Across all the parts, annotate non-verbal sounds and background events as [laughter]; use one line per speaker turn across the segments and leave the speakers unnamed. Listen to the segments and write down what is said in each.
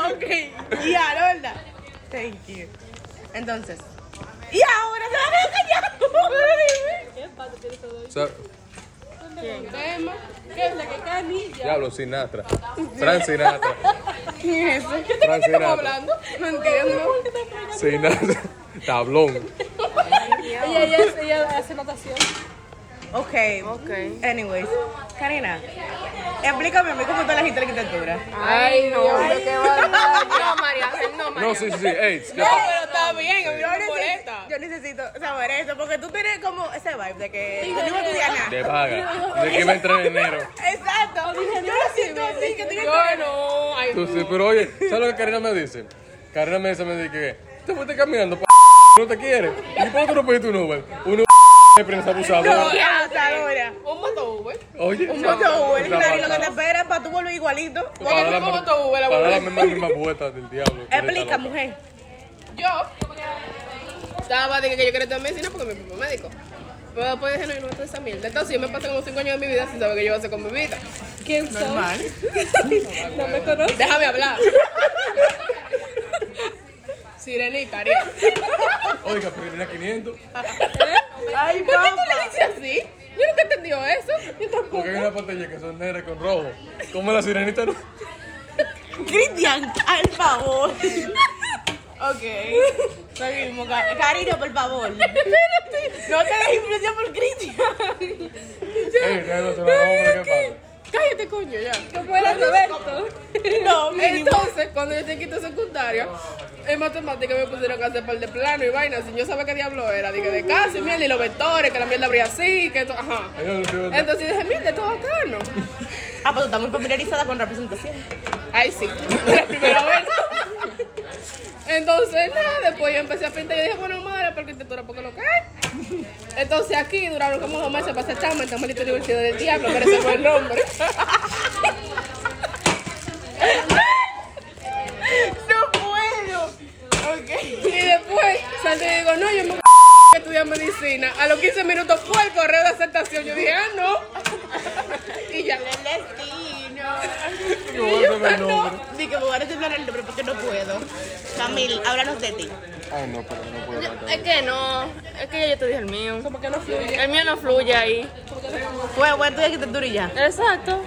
ok. Y Arolda. Thank you. Entonces. Y ahora se van a callar.
Sa-
¿Qué es la que canilla?
Diablo, Sinatra. Fran Sinatra.
¿Quién es ese?
Fran Sinatra.
hablando? No entiendo.
Sinatra. [laughs] Tablón.
Ella, ella, ella hace natación.
Ok.
Ok.
Anyways. Karina, explícame a mí cómo tú elegiste la arquitectura.
Ay, no, hombre, qué
[laughs]
barbaridad. No, María Ángel, no, María
No, sí, sí, sí. Ey, ¿qué
No,
pasa?
pero está bien, a mí
Sí.
me necesito, yo necesito saber eso, porque tú tienes como ese vibe de que tú no ibas a estudiar nada.
De paga. De que iba a entrar en enero.
Exacto, yo lo siento así, que tú no ibas a estudiar nada.
no, ay,
Tú sí, pero oye, ¿sabes lo que Karina me dice? Karina me dice, me dice que te fuiste caminando, p***, no te quieres. ¿Y por qué tú no pediste un Uber? Un Uber de prensa abusadora.
No, abusadora.
un motobuber.
Oye.
Un motor,
Esa
claro, y lo que
falta.
te espera es para tú volver igualito.
Para dar la
Como
mar-
autobús, la
para dar la
abuela.
misma, misma vuelta del diablo.
Explica, mujer.
Yo estaba de que yo quería tomar medicina porque mi papá es médico. Pero después dije, no, yo no voy a hacer esa mierda. Entonces yo me pasé como 5 años de mi vida sin saber qué yo iba a hacer con mi vida.
¿Quién soy?
[laughs]
no me conoces.
Déjame hablar. Sirenita, Ariel.
Oiga, pero tenía 500.
Ay,
¿Por qué tú le dices así? Yo nunca entendí eso. Yo tampoco.
Porque hay una pantalla que son negras con rojo. Como la sirenita no.
Cristian, al favor. ok. Seguimos, Ca- Karina, por [laughs] favor.
Espérate.
No te dejes influenciar por Cristian.
Ey, negro, se la robo, ¿qué
Cállate, coño, ya.
¿Cómo era Roberto?
No, mínimo.
Entonces, cuando yo te quito secundaria, en matemáticas me pusieron a hacer par de plano y vainas. Y yo sabía qué diablo era. Dije, de casi, mierda, y los vectores, que la mierda abría así, que esto, ajá.
pasa? Ellos no tienen-
Entonces dije, mierda, esto es bacano.
Ah, pero tú estás muy familiarizada con representación.
Ay, sí, [laughs] la primera vez. Entonces, nada, después yo empecé a pintar. Yo dije, bueno, madre, porque arquitectura, porque lo que es. Entonces, aquí duraron como dos meses para hacer chamba. Estamos en la Universidad del Diablo, pero ese fue el nombre. [laughs]
No puedo. Ok.
Y después salí y digo, no, yo me voy a estudiar medicina. A los 15 minutos fue el correo de aceptación. Yo dije, ah, no. Y ya.
El destino.
No voy a saber el nombre.
Dije que me voy a desemplar el nombre porque no puedo. Camil, háblanos de ti.
Ay, no, pero no puedo matar.
Es que no, es que yo te dije el mío.
Como que no fluye.
El mío no fluye ahí.
Bueno, voy a estudiar arquitectura y ya.
Exacto.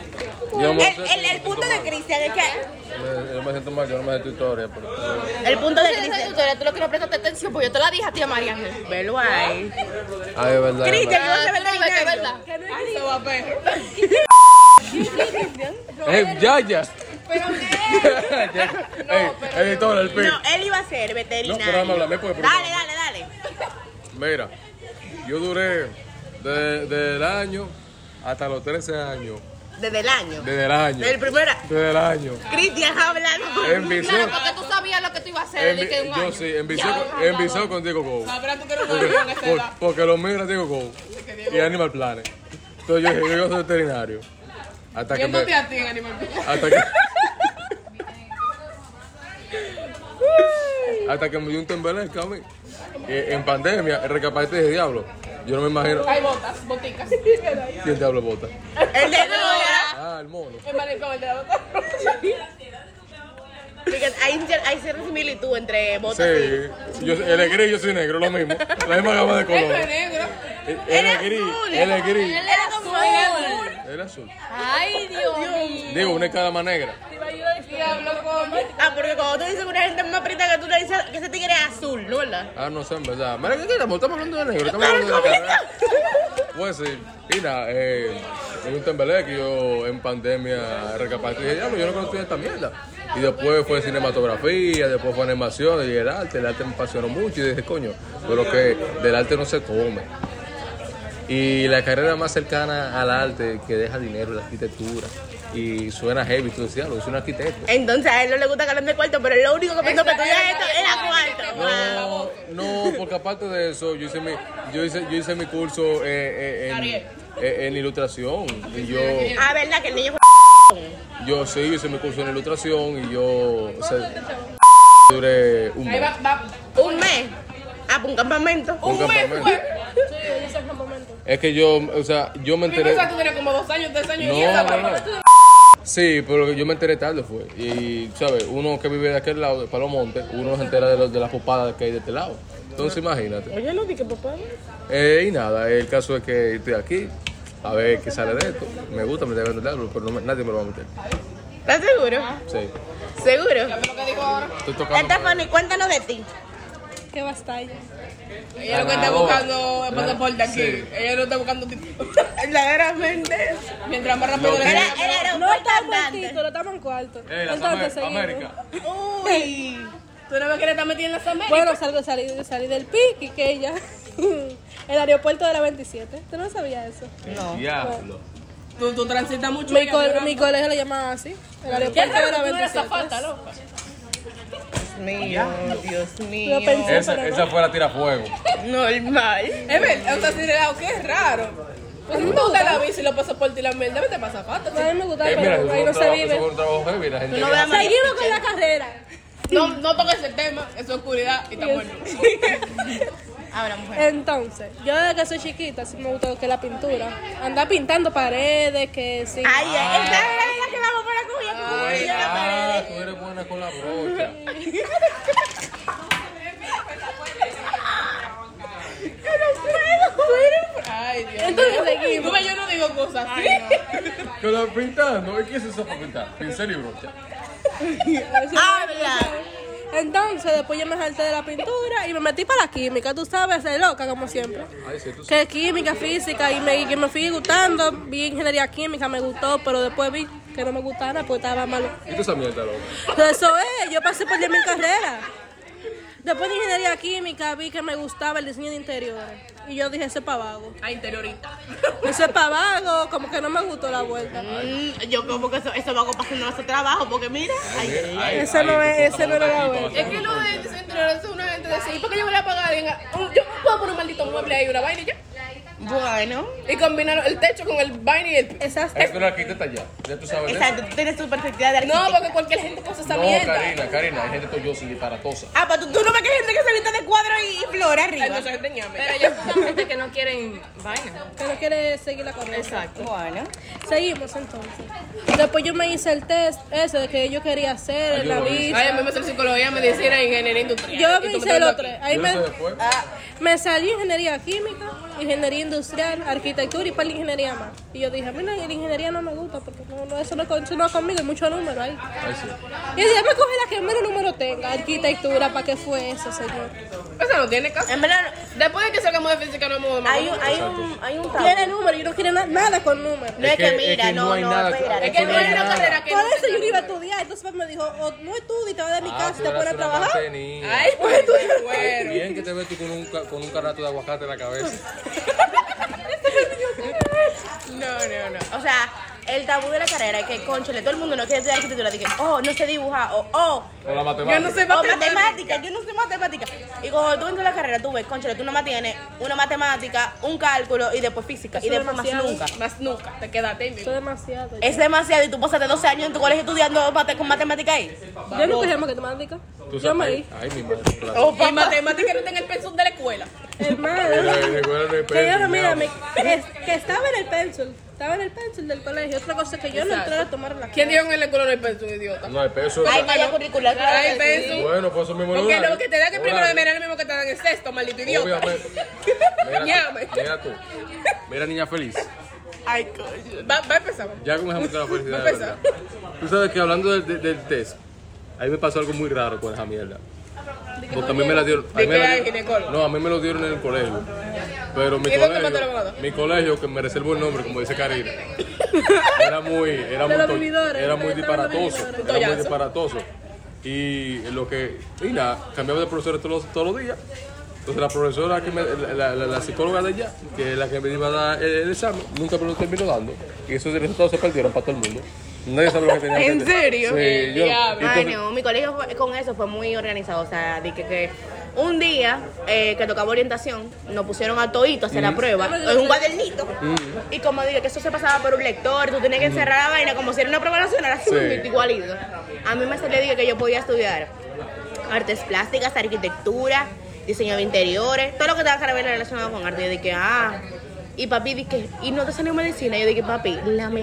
Yo
El,
me-
el, el punto de Cristian es que.
me- Yo me siento mal, yo no me de tutoria, pero.
El punto de
Esa
Cristian.
tutoria, tú lo que no prestaste atención, pues yo te la dije a ti, a María Ángel.
Velo ahí.
Ay, es verdad. es
Cristian,
verdad.
yo no sé ver
Ay, que es verdad.
nada.
Eso va perro.
Ey, Eh, ya, ya. [laughs]
Pero
Ya, ya. Ey, editor, el pin.
No, él iba a ser
No, pero
veterinario.
dame, háblame, pues, por
dale,
favor.
dale, dale.
Mira, yo duré de- del año hasta los 13 años.
Desde el año.
Desde el año.
Desde el primer año.
Desde el año.
Cristian hablando.
En
claro,
visión.
porque tú sabías lo que tú ibas a hacer.
En,
de que
vi-
un
Eh, yo
año.
sí, en visión, en visión con Diego Go.
Sabrás tú que eres un
Porque,
avión a esa
por-
edad.
porque los migras Diego Go y Animal Planet. Entonces yo dije, yo soy veterinario. Hasta que me.
Viéndote a ti en Animal Planet.
Hasta que. [laughs] Hasta que me dio un tembeleca a mí. Eh, En pandemia, recapacité de diablo. Yo no me imagino.
Hay botas, boticas.
¿Quién diablo bota?
El [laughs] de Dora.
Ah, el mono.
El malecón, el de la bota.
Porque hay, inter- hay cierta similitud entre
Sí,
botas y.
yo, él es gris, yo soy negro, lo mismo. La misma gama de
Eso es
colores.
negro.
Él él es gris, él es gris,
Era como azul.
él es azul.
Ay, Dios mío.
Digo, una escala más negra.
Diablo, ¿cómo?
Ah, porque cuando tú dices que una gente es más preta que tú le dices que ese tigre es azul, ¿no verdad?
Ah, no sé, en verdad. Mira, ¿qué queremos? Estamos hablando de negro, estamos hablando de cara. Pues sí, mira, eh, hay un tembeleque que yo en pandemia recapacité y dije, diablo, yo no conocía esta mierda. Y después fue cinematografía, después fue animación y el arte, el arte me apasionó mucho y dije, coño, pero que del arte no se come. Y la carrera más cercana al arte que deja dinero es la arquitectura. Y suena heavy, tú decías, lo es un arquitecto.
Entonces a él no le gusta ganar de cuarto, pero lo único que pensó que
Eso
estudiar
era
esto
la
era
idea.
cuarto. Wow.
No, no, porque aparte de eso, yo hice mi, yo hice, yo hice mi curso eh, eh, en,
Ariel.
eh, en ilustración. Y yo,
Ah, verdad que el niño fue
yo sí, yo hice mi curso en ilustración y yo o sea, duré un
Ahí
mes.
va, va.
un mes. Ah, para un campamento.
Un
Un mes,
campamento.
güey.
Es que yo, o sea, yo me
Mi
enteré.
cosa tú tienes como dos años, tres años.
No,
y esa
no,
vaina.
no. Sí, pero yo me enteré tarde fue. Y, ¿sabes? Uno que vive de aquel lado, de Palomonte, uno se entera de, los- de las popadas que hay de este lado. Entonces, imagínate.
Oye, lo dije, papá.
Eh, y nada, el caso es que estoy aquí, a ver qué sale de esto. Me gusta meterme en el árbol, pero no me- nadie me lo va a meter.
¿Estás seguro?
Sí.
¿Seguro?
¿Sabes lo que digo ahora?
Estoy tocando.
Stephanie, cuéntanos de ti.
Qué batalla.
Ella lo que está
Ganadora.
buscando es pasaporte aquí.
Sí.
Ella no está buscando [laughs] título.
Verdaderamente.
Mientras más rápido
No,
le
que-
gane.
Era, era, era un
No estamos en
cantante.
título, estamos en cuarto.
Eh, las
Entonces,
Amer-
seguimos.
América.
Uy.
¿Tú no ves que le está metiendo en las Américas?
Bueno, salgo, salí, salí del pic y que ella. [laughs] El aeropuerto de la 27. ¿Tú no sabías eso?
No.
Diablo.
Tú, tú transitas mucho.
Mi,
ella,
col-
¿verdad?
mi colegio le llamaba así. El aeropuerto
¿Quién
de
sabe que
la
tú no eres
27.
zafata, loca?
Dios mío, Dios mío.
Lo pensé.
Esa, esa fue la tirafuego.
Normal.
Es verdad, o sea, si relajado, qué raro. Pues tú te la bici, los pasaportes y la mierda, vete para zapatos.
No, a mí me gustaba,
Eh, mira,
pero
eso fue
ahí
un
no se
trabajo- eso
vive.
fue un trabajo heavy. La gente
no
que-
veas-
Seguimos con la carrera.
No, no toques el tema, eso es oscuridad y está
Dios.
bueno.
Ahora, mujer.
Entonces, yo desde que soy chiquita sí me gustó que la pintura. Andaba pintando paredes, que sí.
Ay, ay, esta era la que la mamá la cogía como un
Ay,
niño en la
ah,
pared.
tú eres buena con la brocha.
Ay, Dios.
Entonces
mío.
seguimos.
Tú ves, yo no digo cosas así.
Con la pinta, ¿no? ¿Y ¿Qué es eso para pintar? Pincel y brocha.
Así,
Habla.
[laughs] Entonces, después yo me salté de la pintura y me metí para la química. Tú sabes, ser loca como siempre.
Ay, sí, tú
Que es química, física, y me, y que me fui gustando. Vi ingeniería química, me gustó, pero después vi que no me gustaba nada porque estaba malo.
¿Y tú esa mierda, loco?
Entonces, eso es, yo pasé por 10.000 carreras. Después de ingeniería química vi que me gustaba el diseño de interiores. Y yo dije, ese es para vago.
A interiorita.
Ese es para vago, como que no me gustó la vuelta.
Mm, Yo como que eso, eso va a pasar nuestro trabajo, porque mira. Ay, ay, ay.
Ese no es- ese no era la buena.
Es que lo eh. de diseño interior es una gente de sí. ¿Por qué yo voy a pagar? Venga, un- Yo puedo poner un maldito mueble ahí, una vaina y ya.
Bueno.
Y combinar el techo con el vaina y el.
Esas
Esto era arquitecta ya. Ya tú sabes. de eso.
Exacto, tú tienes tu perspectiva de
No,
arquitecto.
porque cualquier gente usa esa
No,
mierda.
Karina, Karina, hay gente tollosa y disparatosa.
Ah, pero tú, tú no ves que hay gente que se viste de cuadro y, y flor arriba.
Entonces, gente ñame.
Pero ellos son gente que no quieren vaina.
que no quiere seguir la corriente.
Exacto.
Bueno.
Seguimos entonces. Después yo me hice el test ese de que yo quería hacer en la
Ayúdame.
bici.
Ay, a mí me hizo psicología, medicina, ingeniería industrial.
Yo
Y
me
tú
hice el
traes
otro.
aquí.
Ahí
Yo
me,
no sé después.
ah,
me salió ingeniería química, ingeniería industrial, arquitectura y para la ingeniería más. Y yo dije, mira, la ingeniería no me gusta porque no, no, eso no, con- eso no es conmigo, hay mucho número ahí.
Ay, sí.
Y yo dije, me coge la que menos número tenga, arquitectura, ¿para qué fue eso, señor?
Eso no tiene caso.
En verdad,
Después de que salgamos de física, no hemos de más.
hay un, hay un, hay un tabú.
Tiene número, yo no quiero na- nada con número.
No es que mira, no, no,
que-
espérate.
Es que no hay una
nada.
carrera que.
Por
no
eso
tenga
yo no iba a
número.
estudiar, entonces papá me dijo, o no estudies, te vas de mi
Ah,
casa
tú
y te pones
eras una
a trabajar.
mantenida.
Ay, pues tú eres bueno.
Bien que te ves tú con un, ca- con un carrato de aguacate en la cabeza.
No, no, no.
O sea, el tabú de la carrera es que, conchole, todo el mundo no quiere estudiar arquitectura. Dije, oh, no sé dibujar, o oh,
Con la matemática.
Yo no sé
o
matemáticas.
matemática, yo no sé matemática. Y cuando tú entras a la carrera, tú ves, conchole, tú nomás tienes una matemática, un cálculo y después física.
Eso
y después más
demasiado.
nunca.
Más nunca. Te quedaste ahí
Eso
mismo.
es demasiado.
Es demasiado y tú pasaste 12 años en tu colegio estudiando mate- con matemática ahí.
Yo no cogí matemática.
Tú
Yo me
sabes.
di.
Ay, mi madre.
Oh, y matemáticas no está en el pensum de la escuela.
[laughs]
Hermano.
Pero, eh, recuerda, no hay
Que yo no,
peso,
mira,
ya.
me- es- que estaba en el pencil. Estaba en el pencil del colegio. Otra cosa que yo no entré a tomar la
¿Quién dijo en la escuela no hay pensum, idiota?
No hay peso.
Hay malla curricular, claro.
Hay
que sí.
pensum.
Bueno, pues eso mismo
Porque
dan.
lo que te dan en primero de
Horario.
verano es lo mismo que te dan en sexto, maldito idiota. [laughs] pues.
Obviamente.
Ñame.
Mira, tú, mira tú. Mira, niña feliz.
Ay, coño. Va, va a empezar. vamos.
Ya comenzamos
[laughs]
con la felicidad.
No
de verdad. Tú sabes que hablando del, del- del test, a mí me pasó algo muy raro con esa mierda. Porque a mí me la dieron. a mí
¿De
me la
qué hay,
dieron-
ginecólogo?
No, a mí me lo dieron en el colegio. Pero mi
¿Y dónde más te lo van a
colegio,
dar?
mi colegio, que me reservo el nombre, como dice
[laughs]
Karina, era muy, era
De
muy,
los
to-
vividores,
era muy
ustedes estaban
disparatoso.
los vividores.
Era muy
Tollazo.
disparatoso. Y lo que, y nada, cambiaba de profesora todos los, todos los días. Entonces la profesora, que me- la, la- la psicóloga de ella, que es la que me iba a dar el, el examen, nunca me lo terminó dando. Y esos resultados se perdieron para todo el mundo. Nadie sabe lo que tenía. que
¿En
hacer.
serio?
Sí, yo.
Diablo.
entonces-
Ay, no, mi colegio fue- con eso fue muy organizado. O sea, dije que un día eh, que tocaba orientación, nos pusieron a todito a hacer la Mm. prueba en un cuadernito. Y como dije que eso se pasaba por un lector, tú tenías que encerrar la vaina como si era una prueba nacional, así
Sí.
mismito, igualito. A mí me salió dije que yo podía estudiar artes plásticas, arquitectura, diseño de interiores, todo lo que tenga que ver relacionado con arte. Yo dije, ah. Y papi dije, y no te salió medicina. Y yo dije, papi,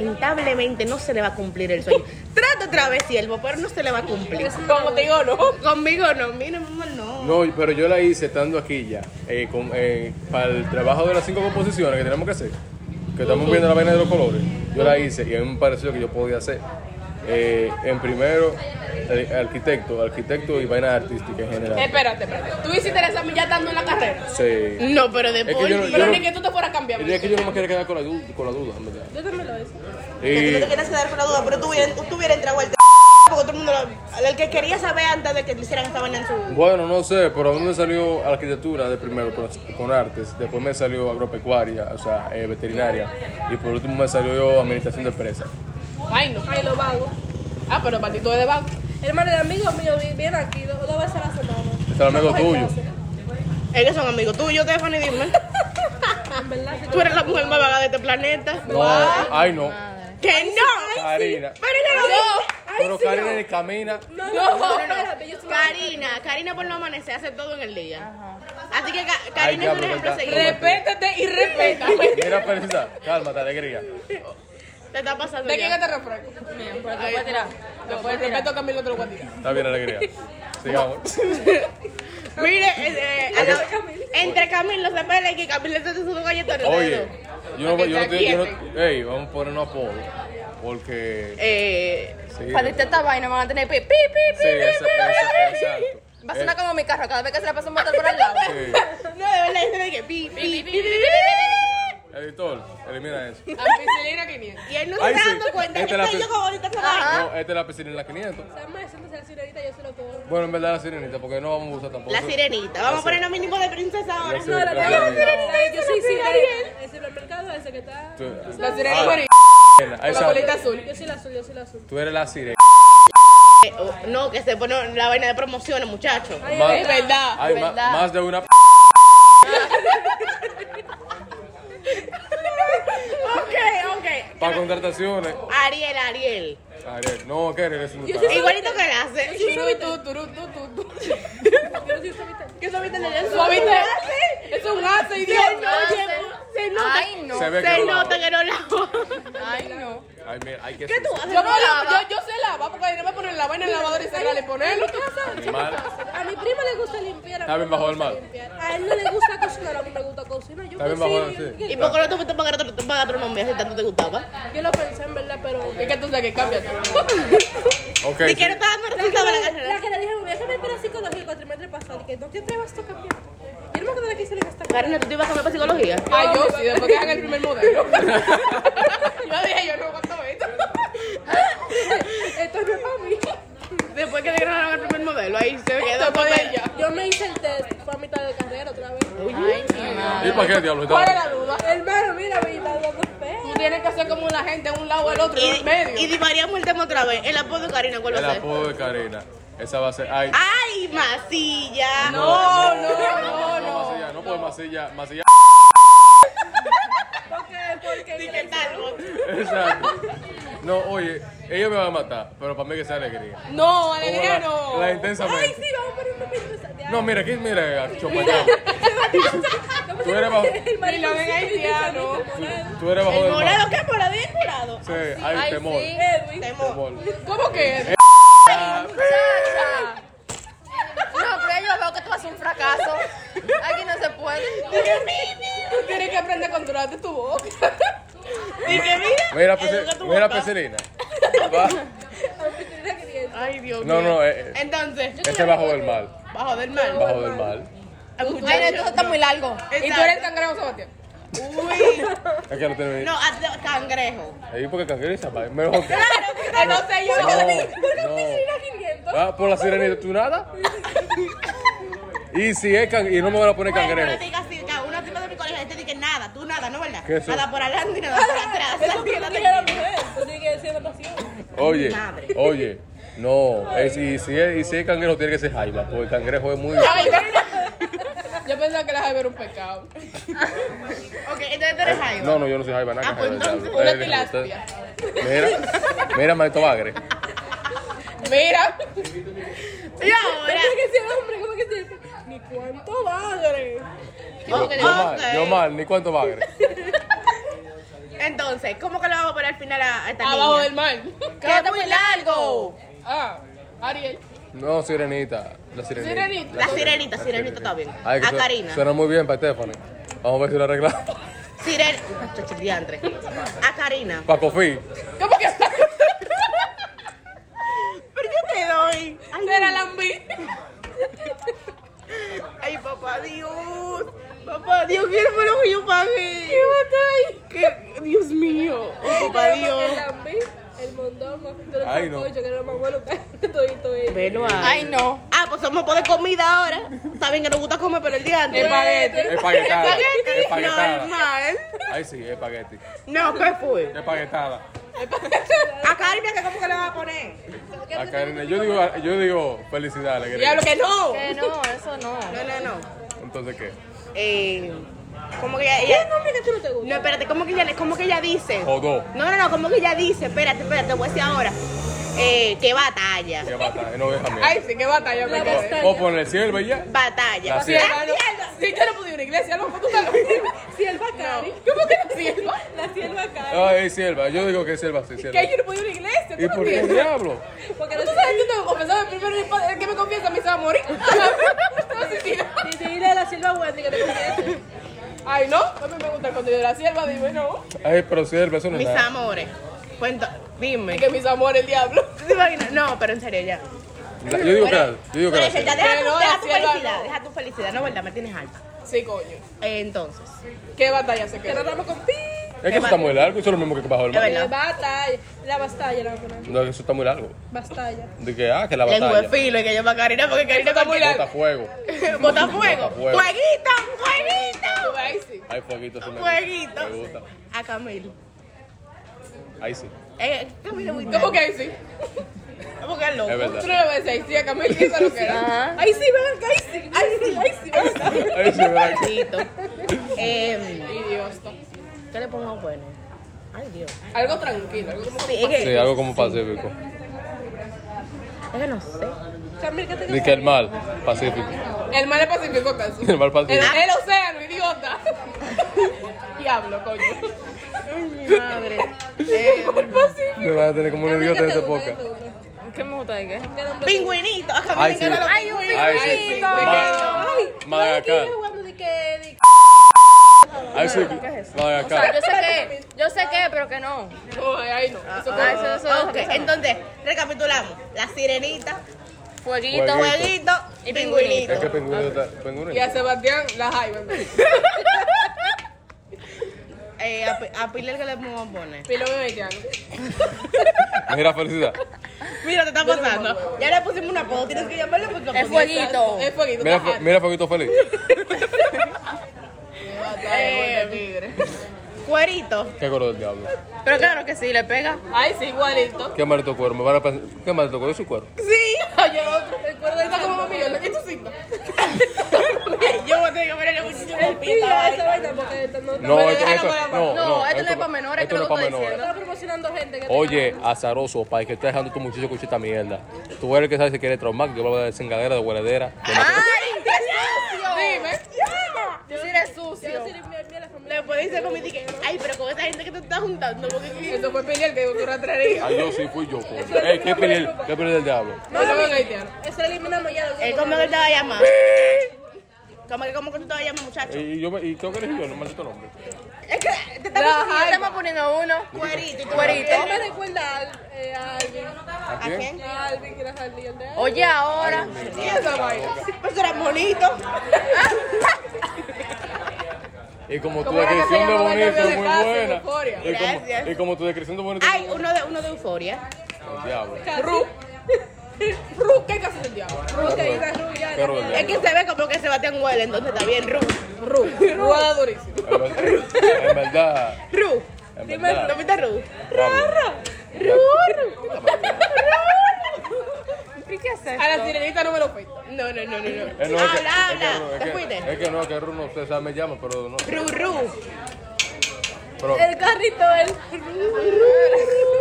lamentablemente no se le va a cumplir el sueño. Trata otra vez, siervo, pero no se le va a cumplir.
Como te digo, no.
Conmigo no, mira, mamá, no.
No, pero yo la hice estando aquí ya, eh, con- eh, para el trabajo de las cinco composiciones que tenemos que hacer, que estamos viendo la vaina de los colores, yo la hice y a mí me pareció que yo podía hacer. eh, en primero, eh, arquitecto, arquitecto y vaina artística en
Eh,
general.
Espérate, espérate. Tú hiciste el examen ya estando en la carrera.
Sí.
No, pero de
Es que
por
yo no-
Dios.
Pero
yo-
ni que tú te fueras a cambiar.
Y es que yo no me quería quedar con la, du- con la duda, en verdad.
Yo también lo hice.
Que tú
Y-
no te quieras quedar con la duda, pero tú hubieras, tú hubieras entrado al t- porque todo el mundo lo, el que quería saber antes de que le hicieran esta vaina en su.
Bueno, no sé, pero a mí me salió arquitectura de primero con, con artes, después me salió agropecuaria, o sea, eh, veterinaria, y por último me salió administración de empresas.
Ay, no.
Ay, lo vago.
Ah, pero para ti todo es de banco.
Hermano de amigos míos vi- viene aquí do- dos veces a la semana.
Está el amigo
Vamos a
tuyo.
clase.
Ellos son amigos tuyos, Stephanie, dime.
[laughs] En verdad.
Tú eres la mujer más vaga de este planeta.
No, ay no,
¡Que no!
Karina.
¡Pero ella lo dijo.
Pero Karina ni camina.
No, no, no, espérate, yo soy una-
Karina, Karina por lo amanecer hace todo en el día. Así que Ka-
Ay,
Karina es un
diablo,
ejemplo a
¿verdad?
seguir.
Respétate y respeta.
Mira, precisa, cálmate, alegría.
Te está pasando
¿De quién
ya.
es este refresco?
Porque voy a tirar.
Después el respeto Camilo te lo voy a tirar.
Está bien, alegría. Sigamos.
Mire, eh, eh, a la- entre Camilo se pelea y que Camilo se te sube un galletón.
[laughs] Oye, yo no,
Para que
yo no
te
estoy- yo no- ey, vamos a poner un apodo, porque...
Eh,
Sí,
Para esta vaina van a tener pi, pi, pi, pi,
sí,
pi,
esa- esa- exacto.
pi. Va a sonar como mi carro cada vez que se la pasa un motor por al
[laughs]
lado.
Eh,
no, de verdad, eso de que pi, pi, pi, pi, pi.
sí. Editor, elimina eso.
Ampicilina 500.
Y él no se
Ay,
está
sí.
dando cuenta que
Este la
estoy
pe-
yo como ahorita esa vaina.
Ajá.
No, esta es la piscina en la 500.
Estamos haciendo esa sirenita, yo se lo puedo.
Bueno, en verdad la sirenita, porque no vamos a usar tampoco.
La sirenita. Vamos a poner un mínimo de princesa ahora.
La
No, la
sirenita.
verdad, yo soy sirena. El supermercado ese que está.
Tú-
La sirena
Ah,
amarilla.
Ahí
Con la
sabe.
colita azul.
Yo soy la azul, yo soy la azul.
Tú eres la sirena.
Eh, oh, No, que se pone la vaina de promociones, muchachos.
Ay,
Ma-
ay,
Es verdad.
Hay ma-
verdad.
más de una p-
Ok, ok.
para contrataciones.
Ariel, Ariel.
Ariel, no, que eres un tarado.
Igualito que la hace.
Turutú, turutú, turutú.
Yo no soy suavita.
¿Qué subiste en el
¿Suaviste? Es un hace, idiota.
Se nota.
Ay, no.
Se ve que
Se
no la-
nota que no la
Ay, no.
Ay, mira, hay que
¿Qué tú haces?
Yo, no la, yo, yo sé lavar porque ahí no me ponen la vaina en el lavador y cerrar y ponerlo.
Animal.
A mi prima le gusta limpiar. a
Está bien
mí no me
bajo el
gusta
mar.
limpiar. A él no le gusta cocinar, a mí me gusta cocinar. Yo
Está bien
cocino,
bajo el-
yo-
[laughs]
sí.
¿Y por qué no te fuiste para gastro- para gastronomía si tanto te gustaba?
Yo lo pensé en verdad,
[laughs]
pero.
Es que tú sabes que cambia todo.
Ok.
Ni
sí.
que no estaba gustaba la
La
carrera.
que le dije, voy a cambiar para psicología el cuatrimestre pasado. Y que no te atrevas tú a cambiar. Yo no me acuerdo de qué hice en esta
Karina, ¿tú te ibas a cambiar para psicología?
Ah, yo sí, después que hagan el
[laughs]
primer modelo. Yo dije, yo no aguanto esto.
[laughs] Esto no es para mí.
Después que le ganaron el primer modelo, ahí se quedó
Esto
con
con
ella.
ella.
Yo me hice el test, fue a mitad de carrera otra vez.
¿Y para qué diablo?
¿Cuál es la duda?
Hermano, mira, me está dando
Tú
feo.
tienes que hacer como la gente en un lado o el otro, en el
Y, y
medio.
divariamos el tema otra vez. El apodo de Karina, ¿cuál
El
va a ser?
apodo de Karina. Esa va a ser. Ay.
¡Ay, masilla!
Ah, No, no, no,
No,
no.
masilla, no, pues masilla, masilla.
Sí, ¿qué tal?
Exacto. No, oye, ella me va a matar, pero para mí que sea alegría.
No,
Como la-
alegría no.
La intensamente.
Ay, sí, vamos a poner una película. de-
No, mira, aquí, mira, aquí, Chopayán.
¿Cómo
tú
se
eres
llama?
bajo-
El marido
Ni lo ven
sí,
haitiano.
el morado.
Tú eres bajo
¿El
del mar.
morado qué? ¿Morado y el morado?
Sí, hay
Ay,
temor.
sí.
Edwin.
Temor.
Temor.
¿Cómo que?
Muchacha. No, pero yo veo que tú vas a ser un fracaso. Aquí no se puede.
Tú tienes que aprender a controlarte tu boca.
Dije, mira. educa
Mira,
a
Pece-
tu
mira,
papá.
Pecelina. Va.
Anfitriona queriendo.
Ay, Dios
No,
mío.
no, eh, eh,
Entonces,
ese bajo del mal.
bajo del mar.
Bajo del mal.
Ay, no, esto está muy largo.
Y tú eres el cangrejo, Sebastián.
Uy.
Es que no tiene.
No, hazte cangrejo.
Ahí porque cangrejo se apaga. Mejor que.
Ah, No sé yo.
No, no. Ah, por la sirenita, ¿tú nada? Y si es can... y no me van a poner
Bueno, no te
cangrejo.
digas así, ca- una tipa de mi colegio te dice nada, tú nada, ¿no verdad?
¿Qué es eso?
Nada por adelante y nada por atrás.
Eso que no te queda la mujer. Tú tienes que decir la pasión.
Oye,
Madre.
oye. No, eh, si, si es, y si es cangrejo tiene que ser jaiba, porque el cangrejo es muy...
Ay, Yo pensaba que la jaiba era un pecado.
Ok, entonces tú eres Jairo.
No, no, yo no soy jaiba, nada
Ah,
que
pues
jaiba,
entonces,
jaiba.
una
Eh,
tilapia.
usted- Mira, mira, maldito bagre.
Mira.
Y ahora,
Tiene que ser hombre, ¿cómo que se dice? Ni cuánto madre.
Yo, yo mal, yo mal, ni cuánto bagre.
pensé, ¿cómo que lo hago para el final a, a esta
Abajo
niña?
del mar.
¡Que es muy largo!
Ah, Ariel.
No, sirenita. La sirenita.
Sirenita.
La sirenita, sirenita está bien.
Ay, que
a
suena-
Karina.
Suena muy bien para Stephanie. Vamos a ver si lo arreglamos. [laughs]
Siren... Chacho, diantre. A Karina.
Para Kofi.
¿Cómo que
Pero yo te doy. Ay,
era Lambí?
Ay, papá Dios. Papá Dios, ¿qué fue lo que yo pagué? ¿Qué batalla? Dios mío. Oh, papá Dios.
El lambí, el mondongo, el
Ay, no.
sancocho, que era lo más bueno que [laughs] todito ellos.
Velo
Ay, no.
Ah, pues vamos a poner comida ahora. Está bien que nos gusta comer, pero el día antes.
Espagueti.
Espaguetada. Espaguetada.
Normal.
Ay, sí, espagueti.
No, ¿qué fue?
Espaguetada.
A Karina, que ¿cómo que le vas a poner?
A Karina, yo digo, yo digo felicidades. la
Diablo,
querida.
que no.
Que no, eso no.
No, no, no.
Entonces, ¿qué?
Eh, ¿Cómo que ella, ella-
Hombre, que tú no te gusta.
No, espérate, ¿cómo que ella, cómo que ella dice?
Jodó.
No, no, no, ¿cómo que ella dice? Espérate, espérate, te voy a decir ahora. Eh, ¿Qué batalla?
¿Qué batalla? eh, No, déjame.
Ay, sí, qué batalla me
La
quedé.
batalla.
Vamos a poner sierva y ya.
Batalla.
La sierva.
Ah, mierda.
Si yo no pude ir a una iglesia, loco,
[laughs]
tú estás
Sierva Cari.
¿Cómo que no sirva?
La sierva Cari.
Ay, sierva. Yo digo que es sierva, sí, sierva.
Que yo no pude ir a una iglesia, tú
¿Y
no
por qué
entiendes.
diablo?
Porque
Tú
no
sabes, yo tengo que confesarme primero y después el que me confiesa me se va a morir. Te va a suicidar.
Ni te dile a la sierva Wendy que te confiese.
[laughs] Ay, no, a mí me gusta el contenido de la sierva, digo, no.
Ay, pero sierva, eso no es
¿Eh? Mis
nada.
amores. Cuento, dime.
Y que mis amores, el diablo.
¿Tú te imaginas? No, pero en serio, ya.
La- Yo digo que la- yo digo que la
Pero ya,
sierva.
deja, tu,
Pero
deja
la
tu
sierva
felicidad,
no.
deja tu felicidad, no, verdad, me tienes alta.
Sí, coño.
Eh, entonces,
¿Qué batalla se
Que
quedó?
tratamos con ti.
Es que eso está muy largo, eso es lo mismo que bajo
Es
el mar.
verdad.
Eh, Batalla. La bastalla la vamos a poner.
No, eso está muy largo.
Bastalla.
De que, ah, que la
lengua de
batalla.
filo y que yo para Karina porque Karina
está muy
Bota fuego. [laughs]
Bota fuego.
Bota fuego.
Fueguito, fueguito.
Ahí sí.
Hay fueguito. eso me gusta.
Fueguito.
Me gusta.
A Camilo.
Ahí sí.
Eh, Camilo, muy
¿Cómo que ahí sí?
¿Cómo que es
Es
loco?
Tú
verdad. [laughs]
no le vas a decir ahí sí a Camil, que eso es lo que era. Ahí sí, ven, que ahí sí. Ahí sí, ahí sí. ahí sí.
Ahí sí, ¿verdad?
Fueguito. Eh,
Y Dios, to-
¿Qué le pongo bueno? Ay, Dios.
algo tranquilo, algo como
Sí, es que,
Sí, algo como pacífico.
es que no sé.
Camil, ¿qué te
De que el mal, pacífico.
El mar es pacífico, casi.
El mal
El,
Ah.
pacífico.
el océano, idiota. [laughs] Diablo, coño.
Ay, mi madre. Eh,
[laughs]
Me vas a tener como un idiota de esta poca.
¿Qué me gusta de qué?
Pingüinito. A Camilo
Ay,
le
sí.
encantan los
Ay,
pingüinos.
sí. Ma- Ah, Madagascar. Ahí sí. Madagascar.
Yo sé que, yo sé que, pero que no.
No, ay, ay, no. Eso
Ah, eso, eso, eso,
Ok,
eso.
entonces, recapitulamos. La sirenita,
Fueguito.
Fueguito.
fueguito y
Y
pingüinito.
pingüinito.
Es que pingüino está. Pingüino.
Y a Sebastián, la jaiba.
Eh, a, Pi- a Pilar que le pongo a poner.
Pilo bebetiano.
Mira, felicidad.
Mira, te está pasando. Ya le pusimos una apodo, tienes que llamarle porque
Es fueguito.
Es fueguito.
Mira,
Mira,
fu- mira fueguito feliz.
Eh, Cuerito.
Qué color del diablo.
Pero claro que sí, le pega.
Ay, sí, igualito.
Qué maldito cuero. Me van a pensar. Qué maldito cuero es su cuero.
Sí. Oye, otro. Recuerdo de como mami, yo le quito cinco.
Ay, yo voy a tener que ponerle muchísimo
Y a esa
pita.
vaina porque no
No,
me
esto,
dejan
esto,
hablar,
no,
no,
no,
esto no es pa' menores,
esto
que
no es
lo
pa'
que estoy
menores.
Estaba promocionando gente este que
Oye, azaroso, pai, que está dejando tu muchacho con esta mierda. Tú eres el que sabes si quiere traumar, yo voy a dar desengadera, de hueladera. de
Ah.
mate-
¡Ay, qué
Dime.
sucio! Sí, eres sucio.
Yo mira, mira la familia.
Le puedes decir como y dije, ay, pero con esa gente que te estás juntando, porque
Eso fue Piliel que dijo tú rastrarías.
Ay, yo sí fui yo, coño. Ey, qué pelea, qué pelea del diablo.
No lo ven haitiano.
Eso lo eliminamos ya. lo
él
último.
como que él te va a llamar. Como que como que tú te vas a llamar, muchacho.
Y yo me- y tengo que elegir yo, no maldito nombre.
Es que te
Yo
estamos
Estamos poniendo uno.
cuerito y tú
Cuerito.
cuerito.
Él me recuerda al, eh, a Alvin.
¿A
¿A
quién?
quién?
A Alvin que era Harley. el de Alvin.
Oye, ahora.
¿Y esa vaina?
Pues era bonito.
Y como tu
¿Cómo era que
descripción
se
de
llamaba el
bonito es
novio
muy
de Cassie,
buena.
Euforia?
Y
Gracias.
como, y como tu descripción de bonito
Ay, uno de, uno de euforia.
El diablo.
Ru. Ru, ¿qué casa del diablo?
Cruz que iba a Rubia.
Perro del
Es
diablo.
que se ve como que Sebastián huele, entonces está bien. Ru,
Ru. Ru era durísimo.
En verdad- En verdad.
Ru.
En
Dime,
verdad.
¿no viste Ru?
Raro.
¿Qué haces?
A la sirenita no me lo afecta.
No, no, no, no, no.
Eh, no, es que-
habla,
es que
habla.
Ru- es
¿Te
que-
fuiste?
Es que no, que Ru no sé, o sea, me llama, pero no.
Ru, Ru.
Pero,
El carrito, el.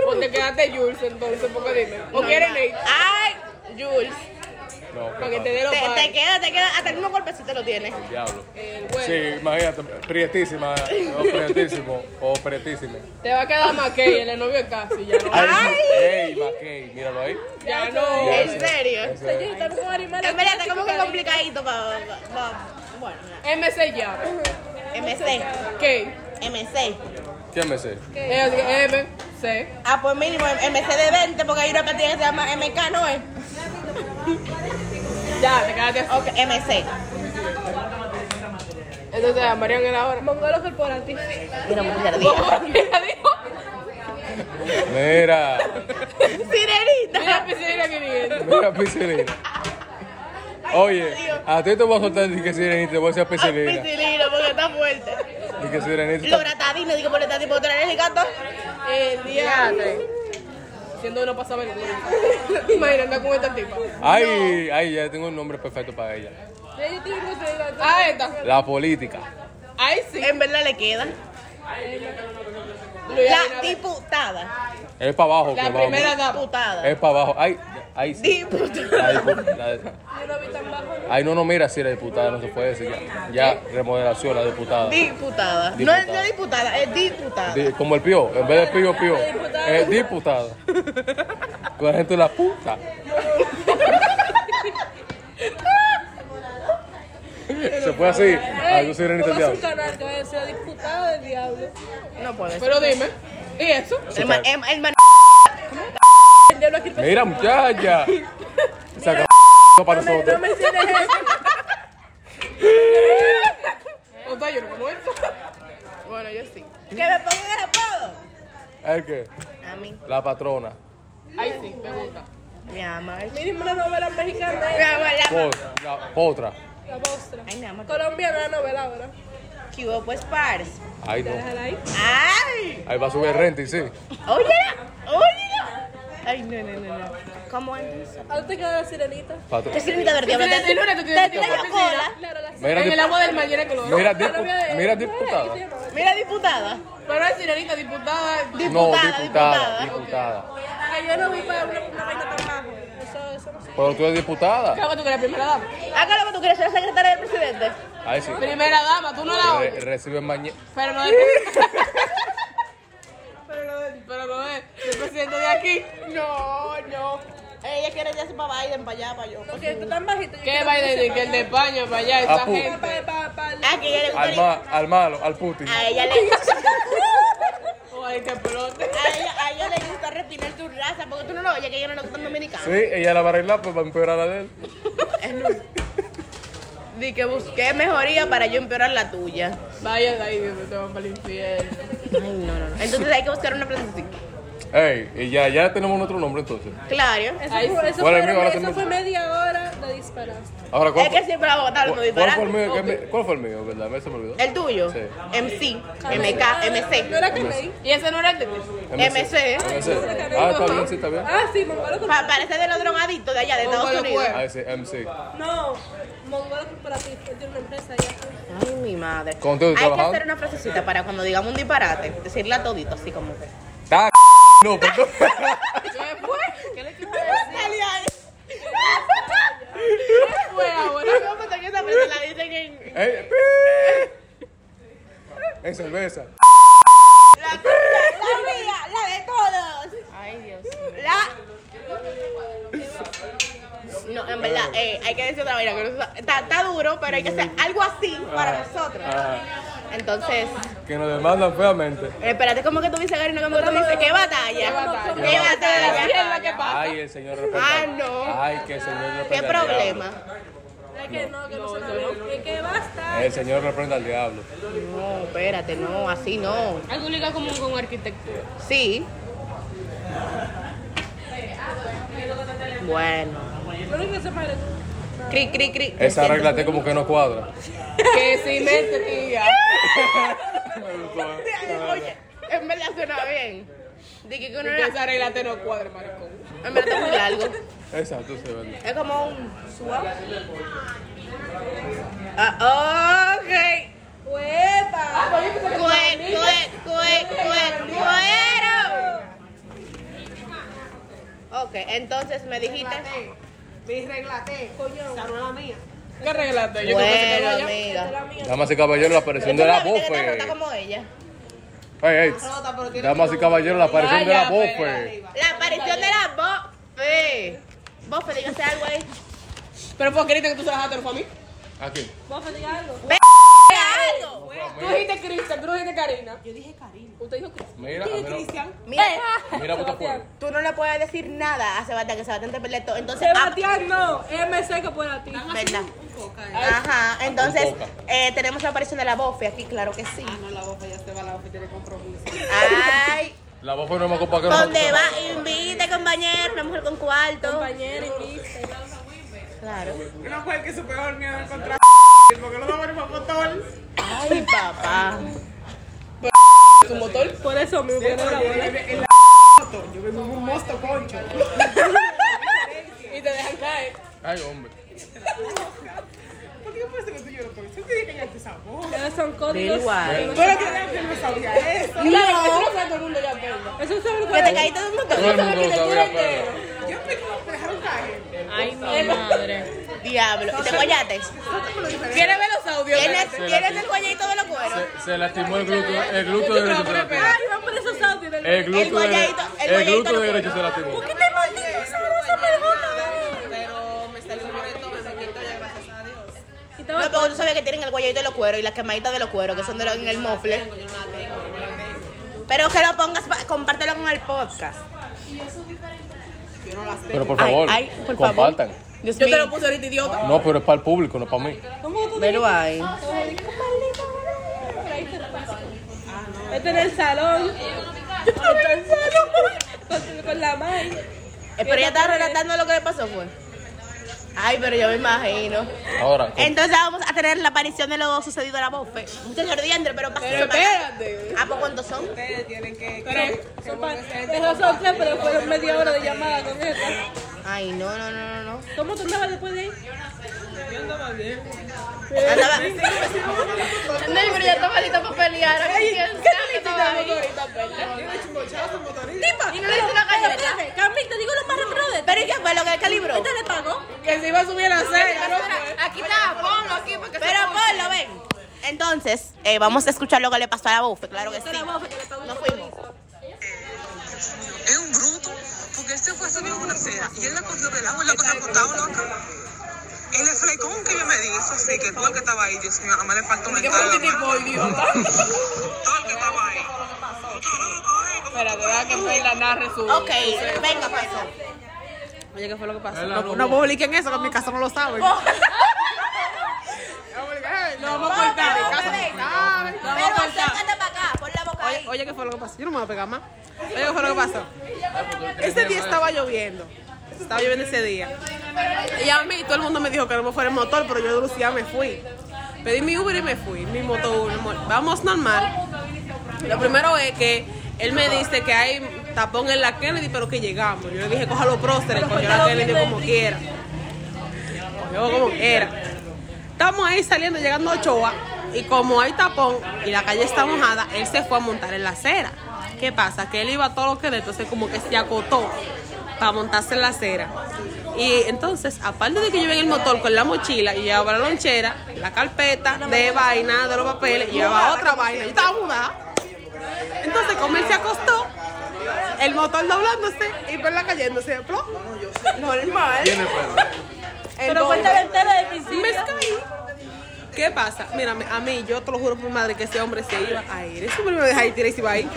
O te quedaste Jules entonces, porque dime. O
No,
quieres
no.
Nate.
Ay, Jules.
No, qué
Para que te
padre.
dé los
Te, te
pares.
queda, te queda, hasta el mismo golpecito lo tienes.
El diablo.
Eh,
El huevo.
Sí, imagínate, prietísima,
[laughs]
o prietísimo, o prietísima.
Te va a quedar más que el novio casi. Ya no.
Ay, ¡Ey, Mackey! Míralo ahí.
Ya no.
¿En serio?
Ese-
Estamos con animales
En verdad está como que
clásicos,
complicadito para... bueno,
MC ya.
MC,
¿Qué?
MC.
¿Quién me sé?
MC.
Ah, pues mínimo MC de 20 porque hay una partida que se llama MK, ¿no es?
[laughs] Ya, te quedaste así.
Ok, MC.
Entonces, a Marian era ahora.
Mongolos corporativos.
Mira, muy tardía.
Mira, dijo.
Mira,
[laughs]
Sirenita.
Mira, piscina que viene.
mira, piscinita. Oye, a ti te voy a soltar de que sirenita, te voy a decir
Ay,
piscinita.
Piscinino, porque está fuerte.
De que sirenita.
Lo gratadino, digo, por estar tipo traer el gato.
El diatre. Siendo uno pasaba el día. Imagina, anda con esta tipa.
Ay, ay, ya tengo un nombre perfecto para ella.
Ya yo tengo que ir a-
Ah, esta.
La política.
Ahí sí.
En verdad le queda.
Luis
La
Abinader.
diputada.
Es para abajo que
La
vamos.
primera dama.
Diputada.
Es para abajo. Ay, ay, sí.
Diputada.
La dipu- la- Ay, no, no, mira, si la diputada no se puede decir. Ya, ya remodelación, la diputada.
Diputada. No es no es diputada, es diputada.
Di- como el pío, en vez de pío, pío. Es diputada. Con la gente de la
[laughs]
puta. Se puede así. Ay, Ah, yo soy Renita
Vamos a
Diablo.
hacer un canal que vaya a ser diputada del diablo.
No puede ser.
Pero dime. ¿Y eso?
El man- el- el man-
El diablo aquí no
Mira, muchacha. Se [laughs] acabó para
me, no
nosotros.
me enseñes eso.
O sea, yo no como esto. Bueno, yo sí.
Que me pongan el apodo.
¿El qué?
A mí,
La patrona.
Ahí sí, me gusta.
mi amor.
[laughs] Mínimo una novela mexicana.
Mi
eh.
amor, la-
Pot- la potra.
La vostra.
Ay, mi amor.
Colombiana la novela ahora.
¿Qué hubo, pues, pars?
Ay, no.
Déjala ahí.
¡Ay!
Ahí va a subir renta y sí.
¡Óyela! ¡Óyela! Ay, no, no, no, no. ¿Cómo es eso?
Ahora te queda la sirenita.
Patrona.
¿Qué sirenita verde? Habla
Sirenita,
de-
Luna, tú
de-
tienes
de
que
la
ir a la
cola.
Claro, la
Mira,
En el
dip-
agua del mar llena de color.
mira,
la novia de-
dipu- mira,
¿cómo era? ¿Qué se
diputada.
llama?
Mira, diputada.
Pero es sirenita, diputada.
No,
Diputada,
diputada,
diputada.
diputada.
Ay, Ah, yo no vi para una, una vaina tan bajo. Eso, eso no sé.
Pero tú eres diputada.
Acaba tú que eres primera dama.
Acá lo que tú quieres ser la secretaria del presidente.
Ahí sí.
Primera dama, tú no la
Re-
oyes.
recibe mañana.
Pero no es. pero no es. Pero no es. El presidente de aquí. No, no.
Ella quiere ya para Biden, para allá, para yo.
Porque tú tan bajito. yo
¿Qué
quiero
va a
que
decir
se
que el de España para allá? Esa
Apu.
gente.
vaya. Pa- pa- pa-
Ah, que ella le
Al,
gustaría...
ma- al malo, al Putin.
A ella le...
O a este pelote.
[laughs] A ella, a ella le gusta refinar su raza, porque tú no lo oyes, que ella no le gustan dominicanos.
Sí, ella la va a arreglar, pues va a empeorar la de él.
Di que busqué mejoría para yo empeorar la tuya.
Vaya de ahí, Dios mío, te van para el infierno.
Entonces hay que buscar una frase así.
Ey, y ya, ya tenemos nuestro nombre entonces.
Claro.
Eso,
Ahí
fue, eso,
Bueno,
fue,
amigo, ahora
eso
tenemos-
fue media hora de disparaste.
Ahora, ¿cuál,
Es
fue-
que siempre va a votar los
cuál- cuál fue el
disparates.
mío? ¿Qué me- ¿Cuál fue el mío? ¿Verdad? Me se me olvidó.
¿El tuyo?
Sí.
MC, MK,
Ah, ¿No
MC.
era que leí?
Y ese no era el de ti.
MC.
MC. Ah, está Ah, bien, sí, está bien.
Ah, sí, mongolo
Pa-
corporativo.
parece de los drogadictos de allá, de
Oh,
Estados
pero
Unidos.
fue.
Ah, ese MC.
No, mongolo corporativo. Él tiene una empresa ya.
Ay, mi madre.
¿Con todo y
Hay que
trabajando?
hacer una frasecita para cuando digamos un disparate, decirla todito, así como que.
Está no, perdón. [laughs]
¿Qué fue? ¿Qué le quiso
[laughs] ¿Cómo
fue ahora?
que esa frase la dicen en
Ey, pi. En cerveza.
la, la, la mía, la de todos?
Ay, Dios.
La. No, en verdad, eh, hay que decir otra vaina. que no se- Está, está duro, pero hay que hacer algo así para nosotros.
Ah,
Entonces,
que nos demandan feamente.
espérate, ¿cómo que tú dices, Karina? ¿Cómo que tú dices? ¿Qué batalla? ¿Qué batalla?
¿Qué batalla? ¿Qué es la que pasa?
Ay, el señor repente.
Ah, no.
Ay, que el señor
¿Qué
reprenda al
problema?
Es que no, que no, se lo veo. Y que basta.
diablo. El señor reprende al diablo.
No, espérate, no, así no.
Algo liga como con arquitectura.
Sí. Bueno.
Lo único que se parece.
Cri, cri, cri.
Eh.
Esa regla te como que no cuadra.
Que si mente,
[laughs]
tía.
Oye, en verdad suena bien. Dije que uno
Que
era...
Esa regla te no cuadra, maricón.
En verdad está muy largo.
Exacto, se vende.
Es como un suave. Ah, ok.
¡Huepa!
Cue, cue, cue, cue, cuero. Ok, entonces me dijiste.
Ve y reglate. Coño. Salud la mía.
¿Qué arreglaste? Yo creo que se quedó
Bueno,
allá.
amiga.
Damas y caballeros, la aparición de la
Tú la viste que está
bofe.
rota como ella.
Ey, ey.
Rota, pero tiene
Damas y
como-
caballeros, la aparición de la
Vaya, pero
bofe.
arriba.
La aparición de la bofe. Bofe, dígase algo ahí.
Pero fue Cristian que tú se la dejaste, no fue a mí.
Aquí.
Ve algo.
Tú dijiste Cristian, tú no dijiste Karina.
Yo dije Karina.
Usted dijo Cristian.
Mira, a mí no-
Cristian.
Mira,
mira, puta fuego.
tú no le puedes decir nada a Sebastián, que Sebastián te pelea todo. Entonces, ah,
Sebastián no, MC que pueda a ti.
¿verdad?
eh.
Ajá, entonces
Coca.
eh, tenemos la aparición de la bofe aquí, claro que sí.
Ah, no, la bofa ya se va, la bofa tiene compromiso.
[laughs]
Ay,
La bofe no me acompaña.
¿dónde va? Invite, compañero, una mujer con cuarto.
Compañero, invite.
Claro.
No fue el que su peor miedo encontrar. Porque lo vamos a poner motor.
Ay, papá.
Su motor.
Por eso mismo, por eso la bola.
En la moto. Yo vengo en un mosto concho.
Y te dejan caer.
Ay, hombre.
¿Por qué parece que tú y yo no estoy? Yo te dije que ya te sabó.
Ya Son
Ve
códigos.
igual.
Pero que yo no sabía eso.
Claro, eso lo sabe todo el mundo ya, pero.
Eso es algo
Que te caíste de un
Todo
motor.
el mundo lo sabía, pero.
Yo me como que dejaron caer.
Ay, mi madre.
Diablo. ¿Y te guayaste?
Eso me lo dijeron.
¿Quieres ver los audios?
¿Tienes, ¿Tienes el guayadito de los cueros?
Se, se lastimó el glúteo. El glúteo de derecho se lastimó.
Ay, van por esos audios del
El
El
glúteo de,
guayadito, el
el
guayadito.
glúteo
lo
de derecho se
cuero.
lastimó.
te maldito sabroso me
Pero me salió un boleto, me quito ya, gracias a Dios.
No,
Y estaba
pero tú sabías que tienen el guayadito de los cueros y las quemaditas de los cueros, que son de los- en el mofle. Pero que lo pongas, pa- compártelo con el podcast.
Pero por
Ay,
favor,
ay, por favor.
compartan.
Dios
Yo te
mío.
lo puse ahorita, idiota.
No, pero es para el público, no para mí.
Velo ahí.
Este en el salón. Está en el salón. Con, con la May.
Eh, Pero ella estaba relatando lo que le pasó, fue. Ay, pero yo me imagino.
Ahora, com-
Entonces vamos a tener la aparición de lo sucedido a la bofe. Señor Diandre, pero pasa.
Pero espérate.
¿A poco cuántos son?
Ustedes tienen que.
Son pa- Esos son tres, pero fueron media hora de llamada con esta.
Ay, no, no, no, no, no.
¿Cómo tú andabas después de ahí?
Andaba-
Negro ya está malito para pelear. Ay, ¿Quién sabe que estaba ahí?
Tipa,
Y no le hizo una galleta.
Carmen, te digo lo más reprodes.
Pero ¿y qué fue lo que calibró?
¿Este le pagó?
Que se iba a subir a la cena, ¿no? fue?
Aquí está, ponlo aquí porque se
Pero
ponga.
ponlo, ven. Entonces, eh, vamos a escuchar lo que le pasó a la bofe, claro que sí. No fuimos.
es un bruto, porque él se fue a subir una seda y él la cogió del agua y la cogió acostado loca. El flecón que yo me di, eso sí, que todo el que estaba ahí, Dios mío, nada más le faltó un
¿Qué
mental. a
fue
la
este tipo, idiota?
mano. Todo el que estaba ahí.
Espérate, deja que Perla narre su.
Ok, venga, pasó.
Oye, ¿qué fue lo que pasó?
la
No,
luz.
no publiquen eso, que en mi casa no lo saben.
Ah,
Lo vamos a cortar, en casa no saben. Lo vamos a
Pero
cortar.
acércate para acá, pon la boca
Oye,
ahí.
oye, ¿qué fue lo que pasó? Yo no me voy a pegar más. Oye, ¿qué fue lo que pasó? Ese día estaba lloviendo. Estaba lloviendo ese día. Y a mí todo el mundo me dijo que no me fuera en motor, pero yo de Lucía me fui. Pedí mi Uber y me fui. Mi moto, mi mo- vamos normal. Lo primero es que él me dice que hay tapón en la Kennedy, pero que llegamos. Yo le dije, coja los próceres, cogió la Kennedy como quiera. Cogió como quiera. Estamos ahí saliendo, llegando a Ochoa, y como hay tapón y la calle está mojada, él se fue a montar en la acera. ¿Qué pasa? Que él iba a todo lo que de, entonces como que se acotó para montarse en la acera. Y entonces, aparte de que yo iba en el motor con la mochila y llevaba la lonchera, la carpeta de vaina, de los papeles, y llevaba otra vaina, yo estaba mudada. Entonces, como él se acostó, el motor doblándose y verla cayéndose, ¡plop! Normal.
tiene pelo.
Pero cuéntale entera de principio.
Me caí. ¿Qué pasa? Mira, a mí, yo te lo juro por mi madre que ese hombre se iba a ir. Ese hombre me dejaba ir, y se iba a ir.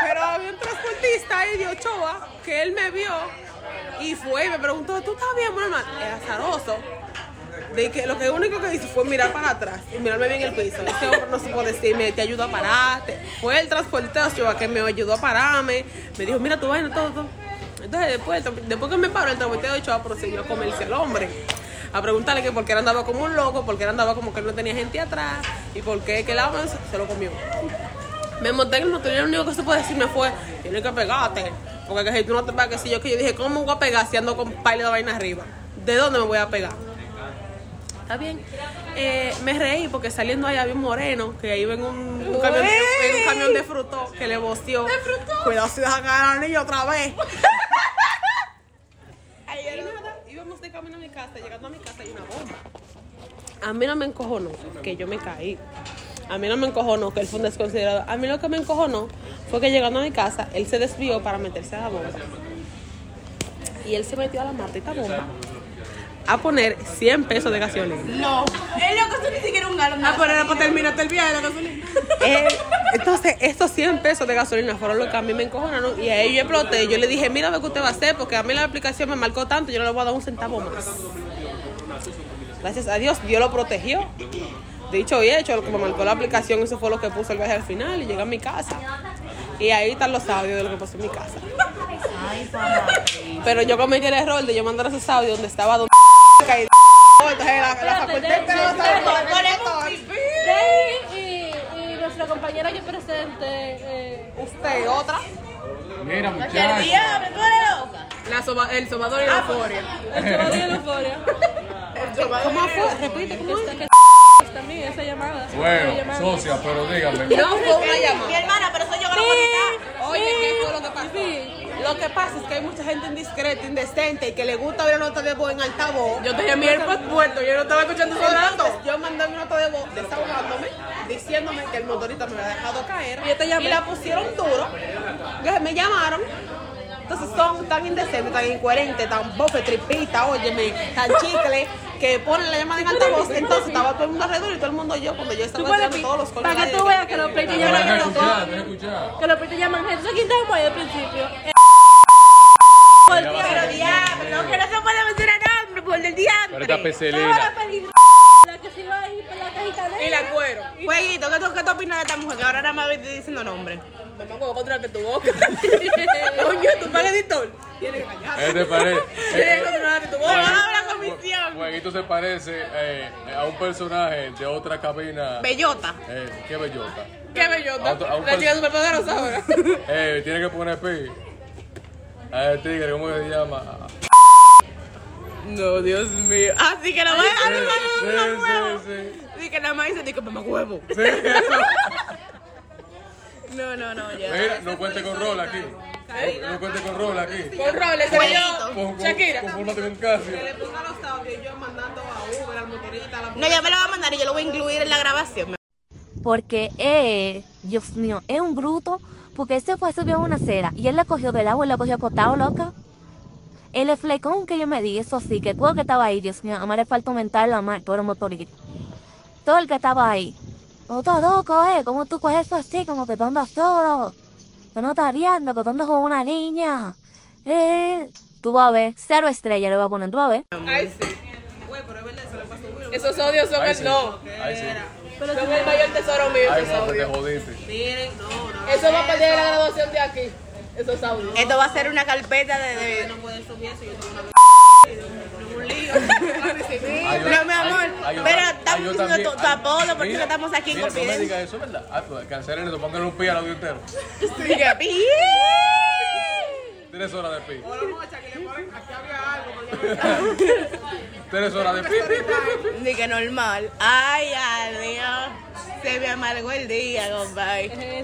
Pero había un transportista ahí de Ochoa que él me vio y fue y me preguntó, ¿tú estás bien, mamá? Es azaroso. De que lo que único que hizo fue mirar para atrás y mirarme bien el piso. Ese hombre no supo decirme, te ayudo a pararte. Fue el transportista de Ochoa que me ayudó a pararme. Me dijo, mira tu vaina, todo, todo. Entonces después, después que me paró el transportista de Ochoa prosiguió a comerse al hombre. A preguntarle que por qué él andaba como un loco, por qué él andaba como que no tenía gente atrás y por qué que el hombre se- se lo comió. Me monté en el motor y lo único que se puede decirme fue, tienes que pegarte. Porque que si tú no te pegas, que si yo que yo dije, ¿cómo me voy a pegar si ando con paile de vaina arriba? ¿De dónde me voy a pegar? Está bien. Eh, me reí porque saliendo ahí había un moreno que iba en un, un camión, en un camión de fruto que le boció. ¿De fruto? [laughs] Cuidado si deja caer al niño otra vez. Y nada, íbamos de de camino a mi casa, llegando a mi casa hay una bomba. A mí no me encojonó que yo me caí. A mí no me encojonó que él fue un desconsiderado. A mí lo que me encojonó fue que llegando a mi casa, él se desvió para meterse a la bomba. Y él se metió a la maldita bomba a poner 100 pesos de gasolina.
No. El loco eso ni siquiera un galón.
Ah, pero era para terminarte el viaje de la gasolina.
Eh, entonces, estos 100 pesos de gasolina fueron los que a mí me encojonaron y a ellos yo exploté. Yo le dije, mira lo que usted va a hacer porque a mí la aplicación me marcó tanto, yo no le voy a dar un centavo más. Gracias a Dios, Dios lo protegió. Dicho y hecho, lo que me marcó la aplicación, eso fue lo que puso el viaje al final y llegué a mi casa. Y ahí están los audios de lo que pasó en mi casa. Pero yo cometí el error de yo mandar esos audios donde estaba [laughs] donde y entonces la, la facultad entera no sabe todo, todo, todo.
Dey y, y nuestra compañera aquí presente. eh,
Usted, otra.
Mira,
El
muchachos.
diablo, tú eres loca.
La soba- el sobador y la euforia.
el chaval este de Euforia.
¿Cómo fue? Repite, ¿cómo es?
Que es también esa llamada. esa
Bueno,
llamada.
socia, pero dígame.
No fue una
Mi
llamada.
hermana, pero soy yo que
Sí,
lo conectaba.
Oye,
sí,
¿qué fue lo que pasó?
sí.
Lo que pasa es que hay mucha gente indiscreta, indecente y que le gusta oír nota de voz en altavoz.
Yo tenía mi AirPod puesto, yo no estaba escuchando sonando.
Entonces, yo mandé mi nota de voz desahogándome, diciéndome que el motorista me había dejado caer.
Y yo te llamé.
la pusieron duro. Entonces, me llamaron. Entonces son tan indecentes, tan incoherentes, tan bofe, tripita, óyeme, tan chicle, que ponen la llamada en altavoz. Entonces estaba todo el mundo alrededor y todo el mundo yo, cuando yo
Tú
estaba
puedes
tirando todos los
pi-
colores.
Para que tú veas que los pleitos
Deja
llaman gente.
escuchar, deja escuchar.
Que los pleitos llaman gente. Eso aquí estamos ahí al principio. Eh, Por
Ya va a
diablo,
ser.
Diablo, que no se puede mencionar nombre por el
Pero esta
diablo.
toda
pecelina.
la película, La que se iba a ir para la cajita de
Y la cuero.
Jueguito, ¿qué tú, qué tú opinas de esta mujer? Que ahora nada más viste diciendo nombre.
No me acuerdo contra tu boca. Coño, tú para el
Eh,
editor. Tienes que callar.
Este parece.
[laughs]
Tienes que controlar tu
eh,
boca.
Bueno, ahora la comisión.
Jueguito se parece eh, a un personaje de otra cabina.
Bellota.
Eh, qué bellota.
Qué
A otro- a
bellota.
un
La
pers-
chica superpoderosa ahora.
Eh, tiene que poner pi. A el tigre, ¿cómo se llama?
No, Dios mío.
Así Ah, que no voy a
Sí, sí,
animar un huevo.
sí,
Así que nada más dice, que mamá huevo.
sí. Sí.
No, no, no, ya.
Mira, no cuente con rol aquí. No, no cuente con rol aquí.
Con roles, se
Jueguito.
yo.
Con, con,
Shakira.
confórmate con Casio.
Le puse los audios yo mandando a Uber, al motorista, a la
No, ya me lo va a mandar y yo lo voy a incluir en la grabación.
porque eh, Dios mío, es un bruto, porque ese fue subió a una acera y él la cogió del agua y la cogió acotado, loca. Él es flecón que yo me di, eso sí, que todo el que estaba ahí, Dios mío, amar el falto mental, amar, pero motorista. Todo el que estaba ahí. Como todo loco, eh, como tú coges eso así, como te andas solo. Yo no tareando, que tú andas con una niña. Eh, tú vas a ver, cero estrella le voy a poner, tú vas a ver.
Ay, sí. Esos odios son
Ahí
el
sí.
no.
Ahí sí.
Son el mayor tesoro mío,
Ay,
esos
no, pues te
audios.
jodiste.
Eso va a perder la graduación de aquí. Esos audios.
Esto va a ser una carpeta de. de-
Ay, Ah, yo-
No, mi
ay,
amor,
ay, yo
pero
tam-
estamos
ay, yo
diciendo
también. ah,
tu- tu apodo, ¿por qué
Mira,
no estamos aquí en
mira, No me
confidencia?
digas eso, es ¿verdad? Ah, pues cancelen eso, pónganle un pi al audio entero.
¡Pi!
Tres horas de pi. [laughs] Tres horas de pi, pi, pi, pi, pi.
Ni que normal. Ay, adiós. Se me amargó el día, compadre.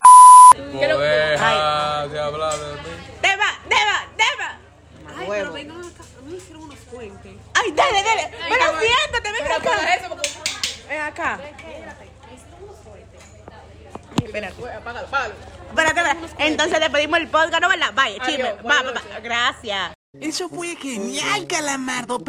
No deja de hablar de mí.
¡Deba, deba, deba!
Ay, pero venga,
¡Ay, dale, dale! ¡Pero siéntate, ven
Pero para
acá!
eso, porque-
Ven acá. Espérate.
apágalo, apágalo.
Espérate, espérate. Entonces le pedimos el podcast, ¿no verdad? Vaya, chisme.
buenas
Va, va, va. Gracias.
Eso fue genial, calamardo.